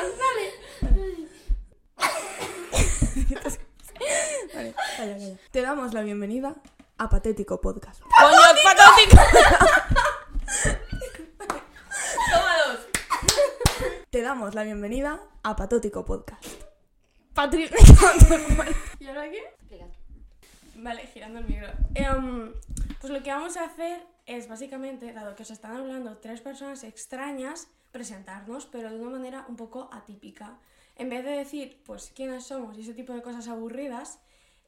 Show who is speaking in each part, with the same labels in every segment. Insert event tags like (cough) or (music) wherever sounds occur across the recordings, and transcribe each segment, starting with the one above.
Speaker 1: sale.
Speaker 2: Vale, calla, calla. Te damos la bienvenida a Patético
Speaker 3: (laughs)
Speaker 2: Podcast.
Speaker 3: ¡Coño, patótico!
Speaker 1: Toma dos.
Speaker 2: Te damos la bienvenida a Patótico Podcast.
Speaker 3: Patri...
Speaker 2: ¿Y ahora qué?
Speaker 1: Explica.
Speaker 3: Vale, girando el micro. Em, pues lo que vamos a hacer es básicamente, dado que os están hablando tres personas extrañas, presentarnos, pero de una manera un poco atípica. En vez de decir, pues, quiénes somos y ese tipo de cosas aburridas,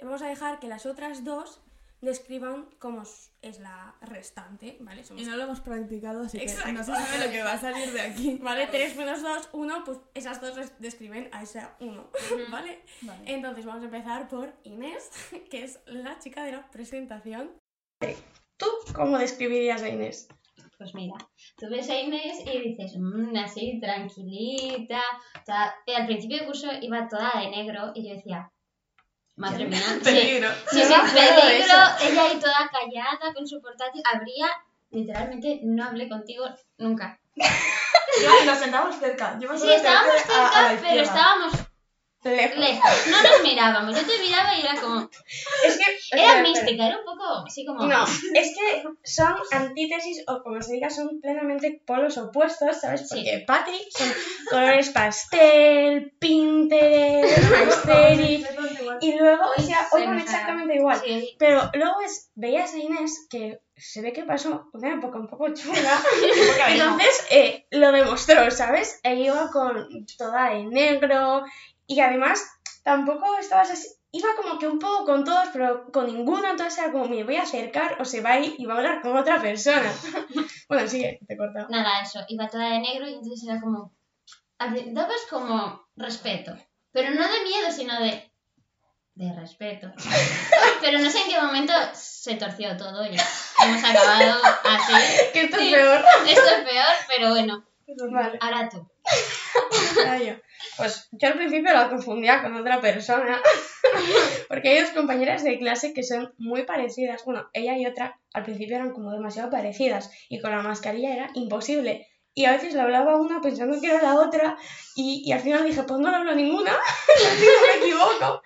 Speaker 3: vamos a dejar que las otras dos describan cómo s- es la restante, ¿vale? Somos
Speaker 2: Y no lo hemos practicado, así que
Speaker 3: Exacto.
Speaker 2: no se sabe lo que va a salir de aquí.
Speaker 3: (laughs) Vale, 3 menos 2, 1, pues esas dos res- describen a esa 1, (laughs) ¿vale?
Speaker 2: Vale.
Speaker 3: Entonces vamos a empezar por Inés, (laughs) que es la chica de la presentación. ¿Tú cómo describirías a Inés?
Speaker 1: Pues mira, tú ves a Inés y dices, mmm, así, tranquilita. toda- eh, al principio del curso iba toda de negro y yo decía, madre
Speaker 4: (laughs)
Speaker 1: mía, sí,
Speaker 2: (laughs)
Speaker 1: sí, sí, peligro. Ella ahí toda callada con su portátil. Habría, literalmente, no hablé contigo nunca.
Speaker 2: nos sentamos cerca. Yo me
Speaker 1: Sí, estábamos cerca, pero estábamos
Speaker 2: Lejos.
Speaker 1: lejos. No nos mirábamos. Yo te miraba y era como,
Speaker 4: Es que.
Speaker 1: era
Speaker 4: espera, espera.
Speaker 1: mística, era un poco así como. (laughs)
Speaker 4: No, es que son antítesis o como se diga, son plenamente polos opuestos, ¿sabes?
Speaker 1: Sí.
Speaker 4: Porque Patty son colores pastel,
Speaker 1: (laughs)
Speaker 4: Pinterest, aesthetic. y luego, o sea, hoy
Speaker 1: Hoy se
Speaker 4: van
Speaker 1: me sale.
Speaker 4: exactamente igual.
Speaker 1: Sí,
Speaker 4: Pero luego es, veías a Inés que se ve que pasó una época (laughs) un poco chula. Entonces eh, lo demostró, ¿sabes? E iba con toda de negro y además tampoco estabas así. Iba como que un poco con todos, pero con ninguno. Entonces era como, me voy a acercar o se va a ir y va a hablar con otra persona. (laughs) bueno, sigue, te he cortado.
Speaker 1: nada, eso, iba toda de negro y entonces era como, al pri- dabas como respeto, pero no de miedo, sino de, de respeto. (laughs) pero no sé en qué momento se torció todo y hemos acabado así.
Speaker 4: Que esto
Speaker 1: Sí.
Speaker 4: es peor.
Speaker 1: Esto es peor, pero bueno,
Speaker 4: Vale,
Speaker 1: ahora tú.
Speaker 4: ahora yo. Pues yo al principio la confundía con otra persona. (laughs) Porque hay dos compañeras de clase que son muy parecidas. Bueno, ella y otra al principio eran como demasiado parecidas y con la mascarilla era imposible. Y a veces le hablaba a una pensando que era la otra y, y al final dije, pues no le hablo a ninguna, (laughs) así no me equivoco.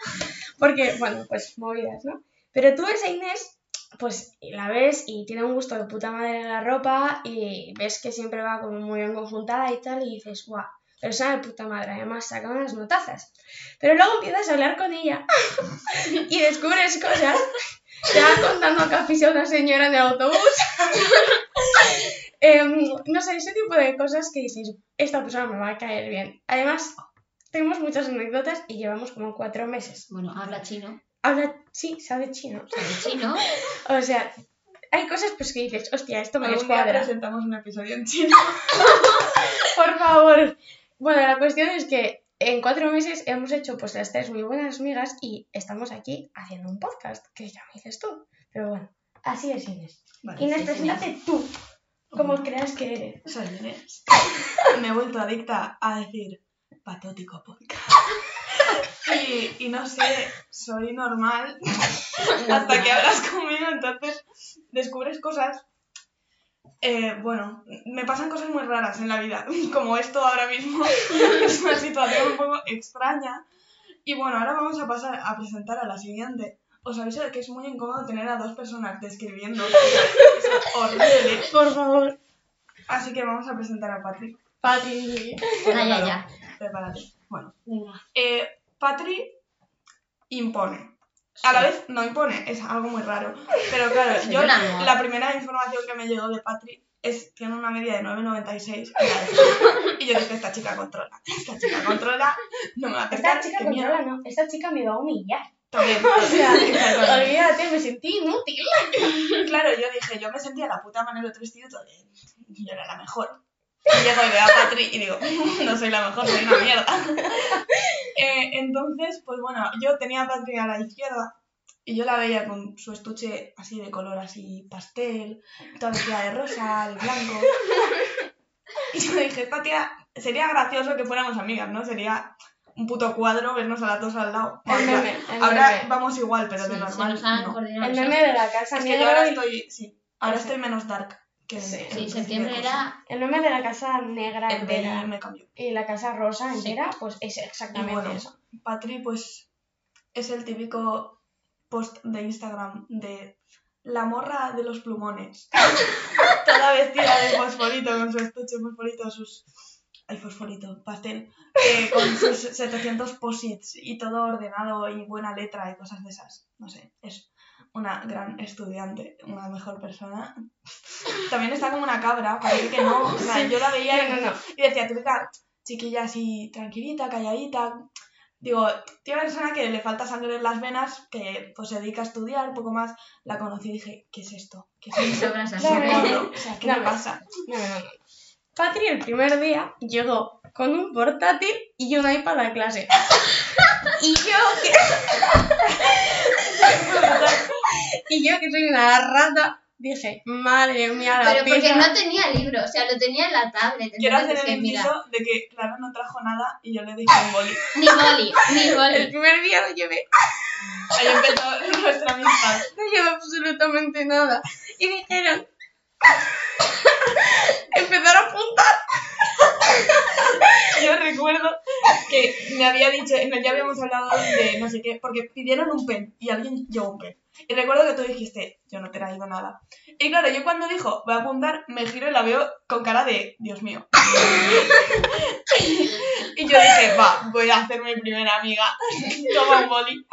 Speaker 4: Porque, bueno, pues movidas, ¿no? Pero tú ves a Inés, pues la ves y tiene un gusto de puta madre en la ropa y ves que siempre va como muy bien conjuntada y tal y dices, guau, persona de puta madre, además saca unas notazas. Pero luego empiezas a hablar con ella (laughs) y descubres cosas. Te va contando que ha pisado una señora en el autobús. (laughs) Em, no sé, ese tipo de cosas que dices, esta persona me va a caer bien. Además, tenemos muchas anécdotas y llevamos como cuatro meses.
Speaker 1: Bueno, habla chino,
Speaker 4: Habla, sí, sabe chino.
Speaker 1: habla chino.
Speaker 4: O sea, hay cosas pues que dices, hostia, esto me
Speaker 2: Algún día
Speaker 4: descuadra.
Speaker 2: presentamos un episodio en chino.
Speaker 4: (laughs) Por favor. Bueno, la cuestión es que en cuatro meses hemos hecho pues las tres muy buenas migas y estamos aquí haciendo un podcast, que ya me dices tú. Pero bueno, así es Inés.
Speaker 2: Vale,
Speaker 4: Inés,
Speaker 1: sí,
Speaker 4: preséntate tú. Como creas que eres.
Speaker 2: soy Inés. ¿eh? Me he vuelto adicta a decir patótico podcast. Y, y no sé, soy normal hasta que hablas conmigo, entonces descubres cosas. Eh, bueno, me pasan cosas muy raras en la vida, como esto ahora mismo, que es una situación un poco extraña. Y bueno, ahora vamos a pasar a presentar a la siguiente. Os aviso de que es muy incómodo tener a dos personas describiendo. Es horrible.
Speaker 4: Por favor.
Speaker 2: Así que vamos a presentar a Patrick.
Speaker 4: Pati.
Speaker 1: Ya, ya, ya.
Speaker 2: Prepárate. Bueno,
Speaker 1: Venga.
Speaker 2: eh, Patri impone. A la vez no impone, es algo muy raro. Pero claro,
Speaker 1: Sí,
Speaker 2: yo
Speaker 1: un amor.
Speaker 2: la primera información que me llegó de Patri es tiene una media de 9,96 en la defensa. y yo dije, esta chica controla, esta chica controla, no me va a acercar,
Speaker 4: Esta chica
Speaker 2: qué miedo.
Speaker 4: controla, no. Esta chica me va a humillar.
Speaker 2: (laughs)
Speaker 4: (laughs)
Speaker 2: También,
Speaker 4: O sea,
Speaker 2: exactamente.
Speaker 4: olvídate, me sentí inútil.
Speaker 2: (laughs) Claro, yo dije, yo me sentía la puta Manolo Tristituto de eh, yo era la mejor. Y ya veo a Patri y digo, "Mm, no soy la mejor, soy una mierda. (laughs) Eh, entonces, pues bueno, yo tenía a Patri a la izquierda y yo la veía con su estuche así de color así pastel, toda vestida de rosa, de blanco. Y yo dije, esta tía, sería gracioso que fuéramos amigas, ¿no? Sería un puto cuadro vernos a las dos al lado.
Speaker 4: El meme, el
Speaker 2: Ahora
Speaker 4: meme.
Speaker 2: vamos igual, pero
Speaker 1: Sí,
Speaker 2: de
Speaker 1: se
Speaker 2: normal.
Speaker 1: nos han
Speaker 2: no.
Speaker 1: coordinado
Speaker 4: El
Speaker 1: los
Speaker 4: meme de
Speaker 1: astros.
Speaker 4: la casa
Speaker 2: Es que yo
Speaker 4: negra
Speaker 2: ahora
Speaker 4: y-
Speaker 2: estoy. Sí, ahora
Speaker 4: Ese.
Speaker 2: estoy menos dark. que
Speaker 4: Sí.
Speaker 1: Sí, septiembre era.
Speaker 4: El nombre de la casa negra
Speaker 2: El
Speaker 4: entera
Speaker 2: Bell me cambió.
Speaker 4: y la casa rosa
Speaker 1: Sí.
Speaker 4: entera, pues es exactamente
Speaker 2: Y bueno,
Speaker 4: eso.
Speaker 2: Patri, pues, es el típico post de Instagram de la morra de los
Speaker 4: (laughs)
Speaker 2: plumones. Toda vestida de fosforito, con su estuche de fosforito, sus... Ay, fosforito, pastel. eh, con
Speaker 4: (laughs)
Speaker 2: sus 700 posits y todo ordenado y buena letra y cosas de esas. No sé, es una gran estudiante, una mejor
Speaker 4: (laughs)
Speaker 2: persona. También está como una cabra, parece que no. O sea, yo la veía y
Speaker 4: No, no, no.
Speaker 2: y decía, típica chiquilla así tranquilita, calladita. Digo, tiene una persona que le falta sangre en las venas, que pues se dedica a estudiar un poco más. La conocí y dije, ¿qué es esto? ¿Qué es
Speaker 1: (laughs)
Speaker 2: esto?
Speaker 1: Sobras así.
Speaker 4: Claro.
Speaker 2: Socorro. O sea, ¿qué me
Speaker 4: Claro.
Speaker 2: pasa?
Speaker 4: No, no, no. Patri el primer día llegó con un portátil y un iPad a clase. Y yo que... (laughs) y yo que soy una rata, dije, madre mía, la
Speaker 1: Pero porque
Speaker 4: pija".
Speaker 1: no tenía libro, o sea, lo tenía en la tablet.
Speaker 2: Quiero hacer
Speaker 1: entonces
Speaker 2: el
Speaker 1: que, mira,
Speaker 2: inciso de que Clara no trajo nada y yo le dije un boli.
Speaker 1: ni boli, ni
Speaker 4: El
Speaker 1: boli.
Speaker 4: primer día no llevé,
Speaker 2: Ahí empezó (laughs) nuestra amistad.
Speaker 4: no llevé absolutamente nada. Y dijeron... (laughs) Empezaron a apuntar.
Speaker 2: (laughs) Yo recuerdo que me había dicho, no, ya habíamos hablado de no sé qué, porque pidieron un pen y alguien llevó un pen. Y recuerdo que tú dijiste, yo no te he traído nada. Y claro, yo cuando dijo, voy a apuntar, me giro y la veo con cara de, Dios mío. (laughs) y yo dije, va, voy a hacer mi primera amiga. (laughs) Toma un boli.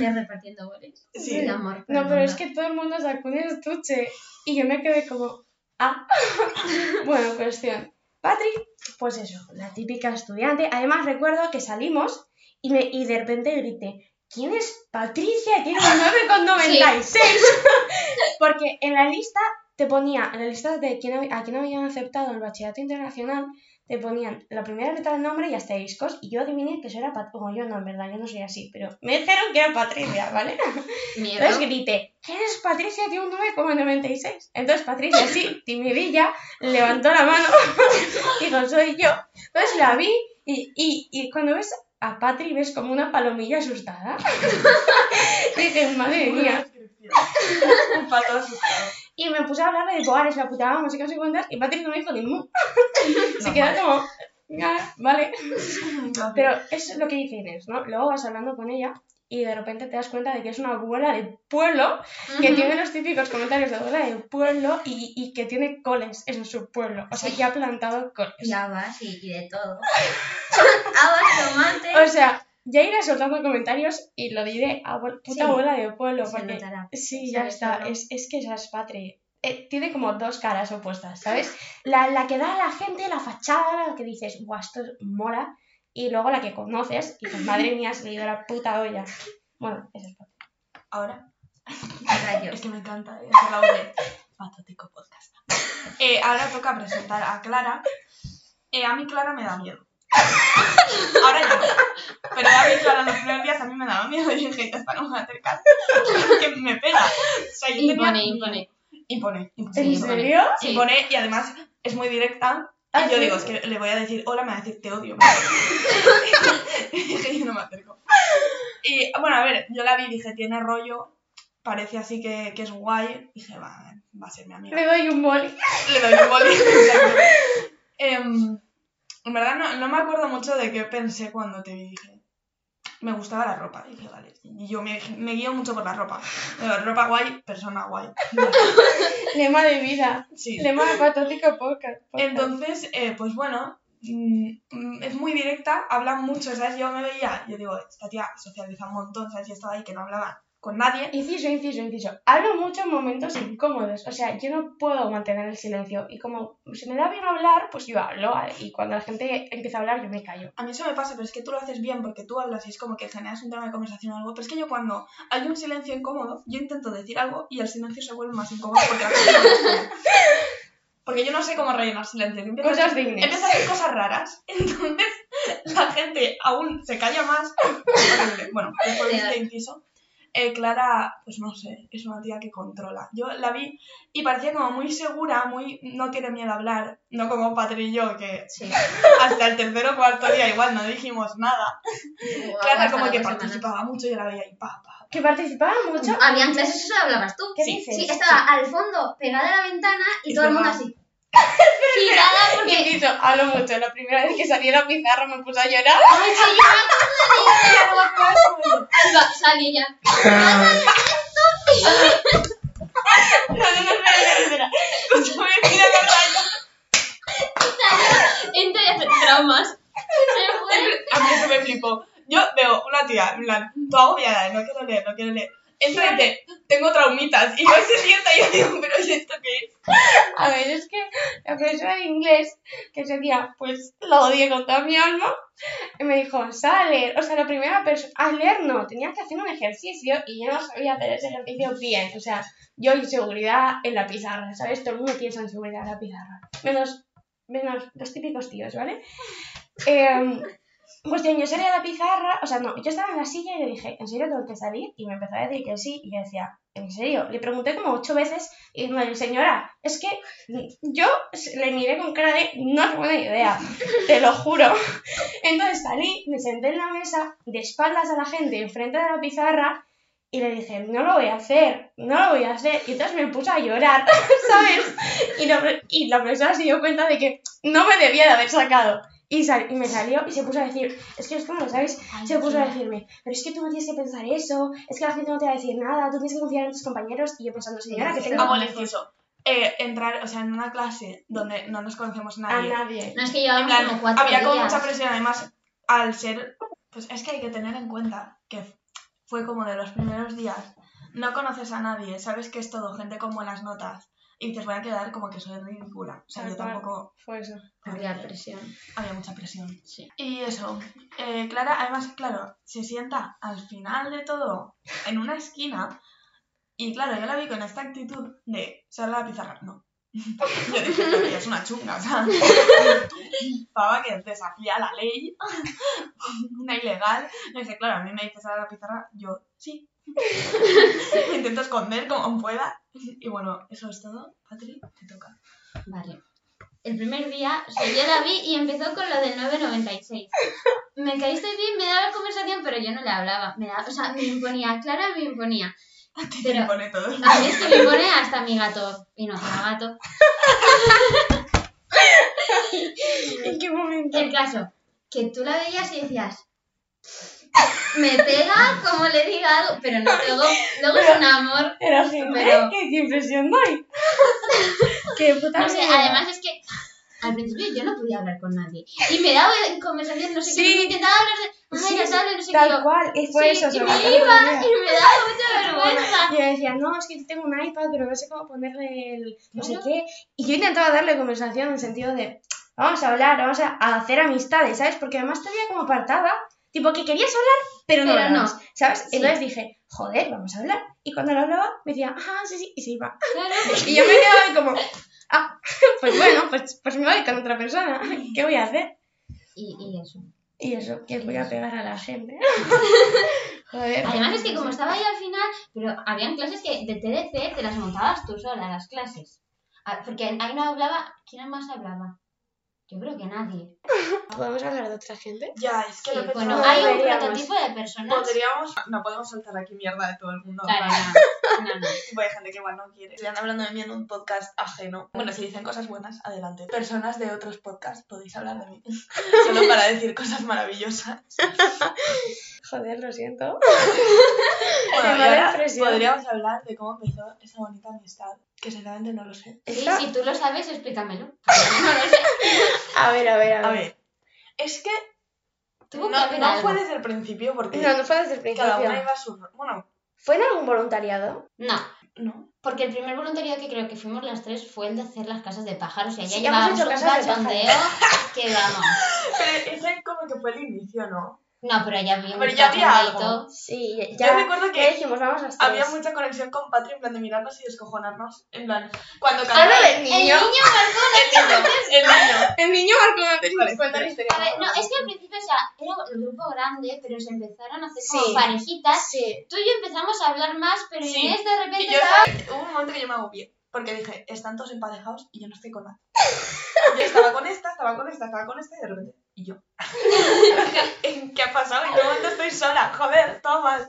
Speaker 1: Ya repartiendo bolis.
Speaker 2: Sí.
Speaker 1: El amor.
Speaker 4: No, pero es
Speaker 1: perdona.
Speaker 4: que todo el mundo sacó un estuche. Y yo me quedé como, ah. (laughs) bueno, cuestión. Patrick, pues eso, la típica estudiante. Además, recuerdo que salimos y, me, y de repente grité, ¿quién es Patricia? Tiene un 9,96. (laughs) Porque en la lista te ponía, en la lista de quién, hab- a quién habían aceptado el bachillerato internacional, te ponían la primera letra del nombre y asteriscos. Y yo adiviné que eso era Patricia. Bueno, yo no, en verdad, yo no soy así, pero me dijeron que era Patricia, ¿vale?
Speaker 1: Miedo.
Speaker 4: Entonces grité, ¿quién es Patricia? Tiene un 9,96. Entonces Patricia, sí, timidilla, levantó la mano, (laughs) dijo, soy yo. Entonces la vi y, y, y cuando ves a Patri ves como una palomilla asustada. (laughs) Y dije, madre mía.
Speaker 2: Un pato asustado.
Speaker 4: Y me puse a hablar de, "Buah, eres la puta vamos, no sé qué, no sé cuántas", y Patri no me dijo ni
Speaker 1: (laughs)
Speaker 4: mu. Se quedó como, "Ah, vale. Pero eso es lo que dice Inés, ¿no? Luego vas hablando con ella y de repente te das cuenta de que es una abuela de pueblo que
Speaker 1: Ujú.
Speaker 4: tiene los típicos comentarios de abuela de pueblo y, y que tiene coles en su pueblo. O sea, que ha plantado coles.
Speaker 1: Y habas y, y de todo. (laughs) habas, tomate.
Speaker 4: O sea, ya iré soltando comentarios y lo diré, abue- puta
Speaker 1: Sí.
Speaker 4: abuela de pueblo.
Speaker 1: se
Speaker 4: Porque...
Speaker 1: notará.
Speaker 4: Sí, ya
Speaker 1: Sobre
Speaker 4: está.
Speaker 1: todo.
Speaker 4: Es, es que esa es patria. Eh, tiene como dos caras opuestas, (laughs) ¿sabes? La, la que da a la gente, la fachada, la que dices, guau, esto mola. Y luego la que conoces y dices, madre mía, has leído la puta olla. Bueno, esa es patria.
Speaker 2: Ahora Es
Speaker 1: Rayos.
Speaker 2: que me encanta eh, hacer la voz
Speaker 1: (laughs)
Speaker 2: de Patótico Podcast. (laughs) Eh, ahora toca presentar a Clara. Eh, a mí Clara me
Speaker 1: (laughs)
Speaker 2: da miedo. Ahora ya no. Pero a mí Clara los primeros días a mí me daba miedo. Y dije, ya está, no me voy a acercar. (laughs) Que me pega. O sea, Este, yo tenía
Speaker 1: Impone,
Speaker 2: miedo.
Speaker 1: impone.
Speaker 2: Impone, impone.
Speaker 1: Sí,
Speaker 4: ¿En
Speaker 1: vale.
Speaker 4: serio?
Speaker 1: Sí.
Speaker 2: Impone y además es muy directa.
Speaker 4: Ah,
Speaker 2: Y yo
Speaker 4: sí.
Speaker 2: digo, es que le voy a decir, hola, me va a decir, te odio. (laughs) Y dije, yo no me acerco. Y bueno, a ver, yo la vi y dije, tiene rollo, parece así que, que es guay. Dije, va, va a ser mi amiga.
Speaker 4: Me doy un boli.
Speaker 2: Le doy un boli. (laughs) Exacto. Em, en verdad no, no me acuerdo mucho de qué pensé cuando te vi. Dije, me gustaba la ropa. Dije, vale. Y yo me, me guío mucho por la ropa. Eh, Ropa guay, persona guay.
Speaker 4: (laughs)
Speaker 2: (laughs)
Speaker 4: Lema de vida.
Speaker 2: Sí.
Speaker 4: Lema de patótica podcast. podcast.
Speaker 2: Entonces, eh, pues bueno, mm, mm, es muy directa, habla mucho, ¿sabes? Yo me veía, yo digo, esta tía socializa un montón, ¿sabes? Y estaba ahí que no hablaba con nadie.
Speaker 4: Inciso, inciso, inciso. Hablo mucho en momentos incómodos. O sea, yo no puedo mantener el silencio. Y como se me da bien hablar, pues yo hablo. Y cuando la gente empieza a hablar, yo me callo.
Speaker 2: A mí eso me pasa, pero es que tú lo haces bien porque tú hablas y es como que generas un tema de conversación o algo. Pero es que yo cuando hay un silencio incómodo, yo intento decir algo y el silencio se vuelve más incómodo porque la gente no responde. Porque yo no sé cómo rellenar silencios. yo empiezo a
Speaker 4: Cosas dignas.
Speaker 2: empieza a hacer cosas raras. (laughs) Entonces (laughs) la gente aún se calla más. Horrible. bueno, después de este inciso. eh, Clara, pues no sé, es una tía que controla. Yo la vi y parecía como muy segura, muy no tiene miedo a hablar, no como Patri y yo, que
Speaker 1: Sí.
Speaker 2: hasta el tercer o cuarto día igual no dijimos nada. Clara como que participaba mucho, yo la veía y pa, pa,
Speaker 4: Que participaba mucho.
Speaker 1: Habían clases, eso lo hablabas tú.
Speaker 4: ¿Qué
Speaker 1: sí,
Speaker 4: dices?
Speaker 1: sí, estaba al fondo, pegada a la ventana y
Speaker 2: Es
Speaker 1: todo el mundo
Speaker 2: verdad.
Speaker 1: así.
Speaker 4: (laughs)
Speaker 1: Girada
Speaker 4: Y
Speaker 1: porque.
Speaker 4: Repito, hablo mucho. La primera vez que salí a la pizarra me puse a llorar.
Speaker 1: ¡Ay, sí, yo me acuerdo de ti! Va, (laughs) Salí ya.
Speaker 4: No, no, no, espera, espera, espera.
Speaker 2: Escúchame, mira la raya.
Speaker 1: Salió. Entra y hace traumas. Se fue.
Speaker 2: A mí eso me flipó. Yo veo una tía, en plan, toda agobiada, no quiero leer, no quiero leer. Entra y dice, tengo traumitas. Y yo se sienta y yo digo, pero ¿y esto qué es?
Speaker 4: (laughs) A ver, es que la profesora de inglés, que ese día, pues, la odié con toda mi alma, y me dijo, sal a leer. O sea, la primera persona... A leer no, tenía que hacer un ejercicio y yo no sabía hacer ese ejercicio bien. O sea, yo inseguridad en la pizarra, ¿sabes? Todo el mundo piensa en seguridad en la pizarra. Menos, menos los típicos tíos, ¿vale? Em, cuestión, yo salí a la pizarra, o sea, no, yo estaba en la silla y le dije, ¿en serio tengo que salir? Y me empezó a decir que sí, y yo decía, ¿en serio? Le pregunté como ocho veces y me dijo, señora, es que yo le miré con cara de, no es buena idea, te lo juro. Entonces salí, me senté en la mesa, de espaldas a la gente, enfrente de la pizarra, y le dije, no lo voy a hacer, no lo voy a hacer. Y entonces me puse a llorar, (laughs) ¿sabes? Y la, pro- y la profesora se dio cuenta de que no me debía de haber sacado. Y, sal- y me salió y se puso a decir, es que esto no lo sabes, se puso a decirme, pero es que tú no tienes que pensar eso, es que la gente no te va a decir nada, tú tienes que confiar en tus compañeros. Y yo pensando, señora, que tengo
Speaker 2: Ah, bueno, incluso, eh, entrar, o sea, en una clase donde no nos conocemos
Speaker 4: a
Speaker 2: nadie.
Speaker 4: nadie.
Speaker 1: No es que
Speaker 2: En
Speaker 1: llevábamos
Speaker 2: plan,
Speaker 1: como cuatro
Speaker 2: había
Speaker 1: días.
Speaker 2: como mucha presión, además, al ser, pues es que hay que tener en cuenta que fue como de los primeros días, no conoces a nadie, sabes que es todo gente con buenas notas, y dices, voy a quedar como que soy ridícula, o sea,
Speaker 4: Tal
Speaker 2: yo
Speaker 4: cual.
Speaker 2: tampoco
Speaker 4: Fue eso.
Speaker 1: Había presión.
Speaker 2: había mucha presión.
Speaker 1: Sí.
Speaker 2: Y eso, eh, Clara, además, claro, se sienta al final de todo, en una esquina, y claro, yo la vi con esta actitud de, sale a la pizarra, no. (laughs) Yo dije, "Esta tía es una chunga, o sea, pava que desafía la ley, (laughs) una ilegal. Yo dije, claro, a mí me dices sal a la pizarra, yo, sí. (laughs) Me intento esconder como pueda. Y bueno, eso es todo. Patri, te toca.
Speaker 1: Vale. El primer día, o sea, yo la vi y empezó con lo del 996. Me caíste bien, me daba conversación, pero yo no le hablaba. Me daba- o sea, me imponía, Clara me imponía.
Speaker 2: A ti
Speaker 1: Pero-
Speaker 2: te impone todo.
Speaker 1: A mí es que me impone hasta mi gato. Y no tengo gato.
Speaker 4: ¿En qué momento?
Speaker 1: El caso, que tú la veías y decías, me pega como le diga algo, pero no, luego, luego es un amor.
Speaker 4: Pero gente,
Speaker 1: Pero-
Speaker 4: qué, qué impresión doy. (laughs) qué puta
Speaker 1: No sé,
Speaker 4: mierda.
Speaker 1: además es que al principio yo no podía hablar con nadie. Y me daba conversación, no sé
Speaker 4: Sí.
Speaker 1: qué, me intentaba hablar de,
Speaker 4: Sí,
Speaker 1: ay, ya sabes, no sé
Speaker 4: Tal
Speaker 1: qué. yo,
Speaker 4: cual, y fue
Speaker 1: sí,
Speaker 4: eso.
Speaker 1: y
Speaker 4: se
Speaker 1: me
Speaker 4: lo
Speaker 1: iba,
Speaker 4: juro,
Speaker 1: y me
Speaker 4: por Dios.
Speaker 1: daba mucha vergüenza.
Speaker 4: Y yo decía, no, es que tengo un iPad, pero no sé cómo ponerle el no sé
Speaker 1: Claro.
Speaker 4: qué. Y yo intentaba darle conversación en el sentido de, vamos a hablar, vamos a, a hacer amistades, ¿sabes? Porque además te veía como apartada, tipo que querías hablar, pero no,
Speaker 1: Pero
Speaker 4: hablabas, ¿sabes?
Speaker 1: Sí.
Speaker 4: Entonces dije, joder, vamos a hablar. Y cuando lo hablaba, me decía, ah, sí, sí, y se iba.
Speaker 1: Claro.
Speaker 4: Y yo me quedaba ahí (laughs) como, ah, pues bueno, pues, pues me voy con otra persona. ¿Qué voy a hacer?
Speaker 1: Y, y eso.
Speaker 4: Y eso, que voy a pegar a la (laughs) gente. Joder. pues,
Speaker 1: Además es que como estaba yo al final, pero habían clases que de TDC te las montabas tú sola, las clases. Ah, Porque ahí no hablaba, ¿quién más hablaba? Yo creo que nadie.
Speaker 4: ¿Podemos hablar de otra gente?
Speaker 2: Ya, es que
Speaker 1: Sí,
Speaker 2: lo he
Speaker 1: bueno,
Speaker 2: pensado.
Speaker 1: hay un
Speaker 4: Deberíamos.
Speaker 1: prototipo de personas.
Speaker 2: Podríamos. No podemos soltar aquí mierda de todo el mundo.
Speaker 1: Claro,
Speaker 2: ¿no?
Speaker 1: no, no, no.
Speaker 2: Tipo de gente que igual no quiere. Están hablando de mí en un podcast ajeno. Bueno, si dicen cosas buenas, adelante. Personas de otros podcasts podéis hablar de mí. (laughs) Solo para decir cosas maravillosas.
Speaker 4: Joder, lo siento.
Speaker 2: Bueno,
Speaker 4: (laughs) Qué
Speaker 2: y
Speaker 4: mala
Speaker 2: ahora
Speaker 4: impresión.
Speaker 2: podríamos hablar de cómo empezó esa bonita amistad. Que sinceramente no lo sé.
Speaker 1: Sí,
Speaker 4: Esta-
Speaker 1: si tú lo sabes, explícamelo. Yo No lo sé.
Speaker 4: A ver, a ver, a ver.
Speaker 2: A ver, es que
Speaker 1: Tuvo que
Speaker 2: no,
Speaker 1: haber
Speaker 2: no
Speaker 1: algo.
Speaker 2: fue desde el principio porque
Speaker 4: No, no fue desde el principio.
Speaker 2: cada una iba a su. Bueno,
Speaker 4: ¿Fue en algún voluntariado?
Speaker 1: No,
Speaker 2: (laughs) no.
Speaker 1: porque el primer voluntariado que creo que fuimos las tres fue el de hacer las casas de pájaros. Y allá
Speaker 4: Sí, hemos
Speaker 1: llevábamos
Speaker 4: hecho
Speaker 1: un (laughs)
Speaker 4: casas de
Speaker 1: cachondeo que vamos.
Speaker 2: Pero ese como que fue el inicio, ¿no?
Speaker 1: No, pero ya había
Speaker 2: Pero ya había algo.
Speaker 4: Sí,
Speaker 2: Yo recuerdo que
Speaker 4: dijimos, vamos a
Speaker 2: Había mucha conexión con Patri en plan de mirarnos y descojonarnos. En plan, cuando
Speaker 4: Habla
Speaker 2: cantaba
Speaker 4: del
Speaker 1: El
Speaker 4: niño.
Speaker 1: niño marcó
Speaker 2: el
Speaker 4: (laughs)
Speaker 2: niño, el niño.
Speaker 4: El niño marcó una tesis
Speaker 2: Vale,
Speaker 4: nos cuenta la
Speaker 2: vale.
Speaker 4: historia.
Speaker 1: A ver, no, es que al principio, o sea, era el grupo grande, pero se empezaron a hacer
Speaker 4: Sí.
Speaker 1: como parejitas.
Speaker 4: Sí.
Speaker 1: Tú y yo empezamos a hablar más, pero
Speaker 2: Sí.
Speaker 1: Inés de repente
Speaker 2: Y yo
Speaker 1: estaba...
Speaker 2: estaba- hubo un momento que yo me agobié. Porque dije, están todos emparejados y yo no estoy con nadie. Yo estaba con esta, estaba con esta, estaba con esta y de repente, y
Speaker 4: (laughs)
Speaker 2: yo. ¿En ¿Qué ha pasado? ¿En qué momento estoy sola? Joder, todo mal.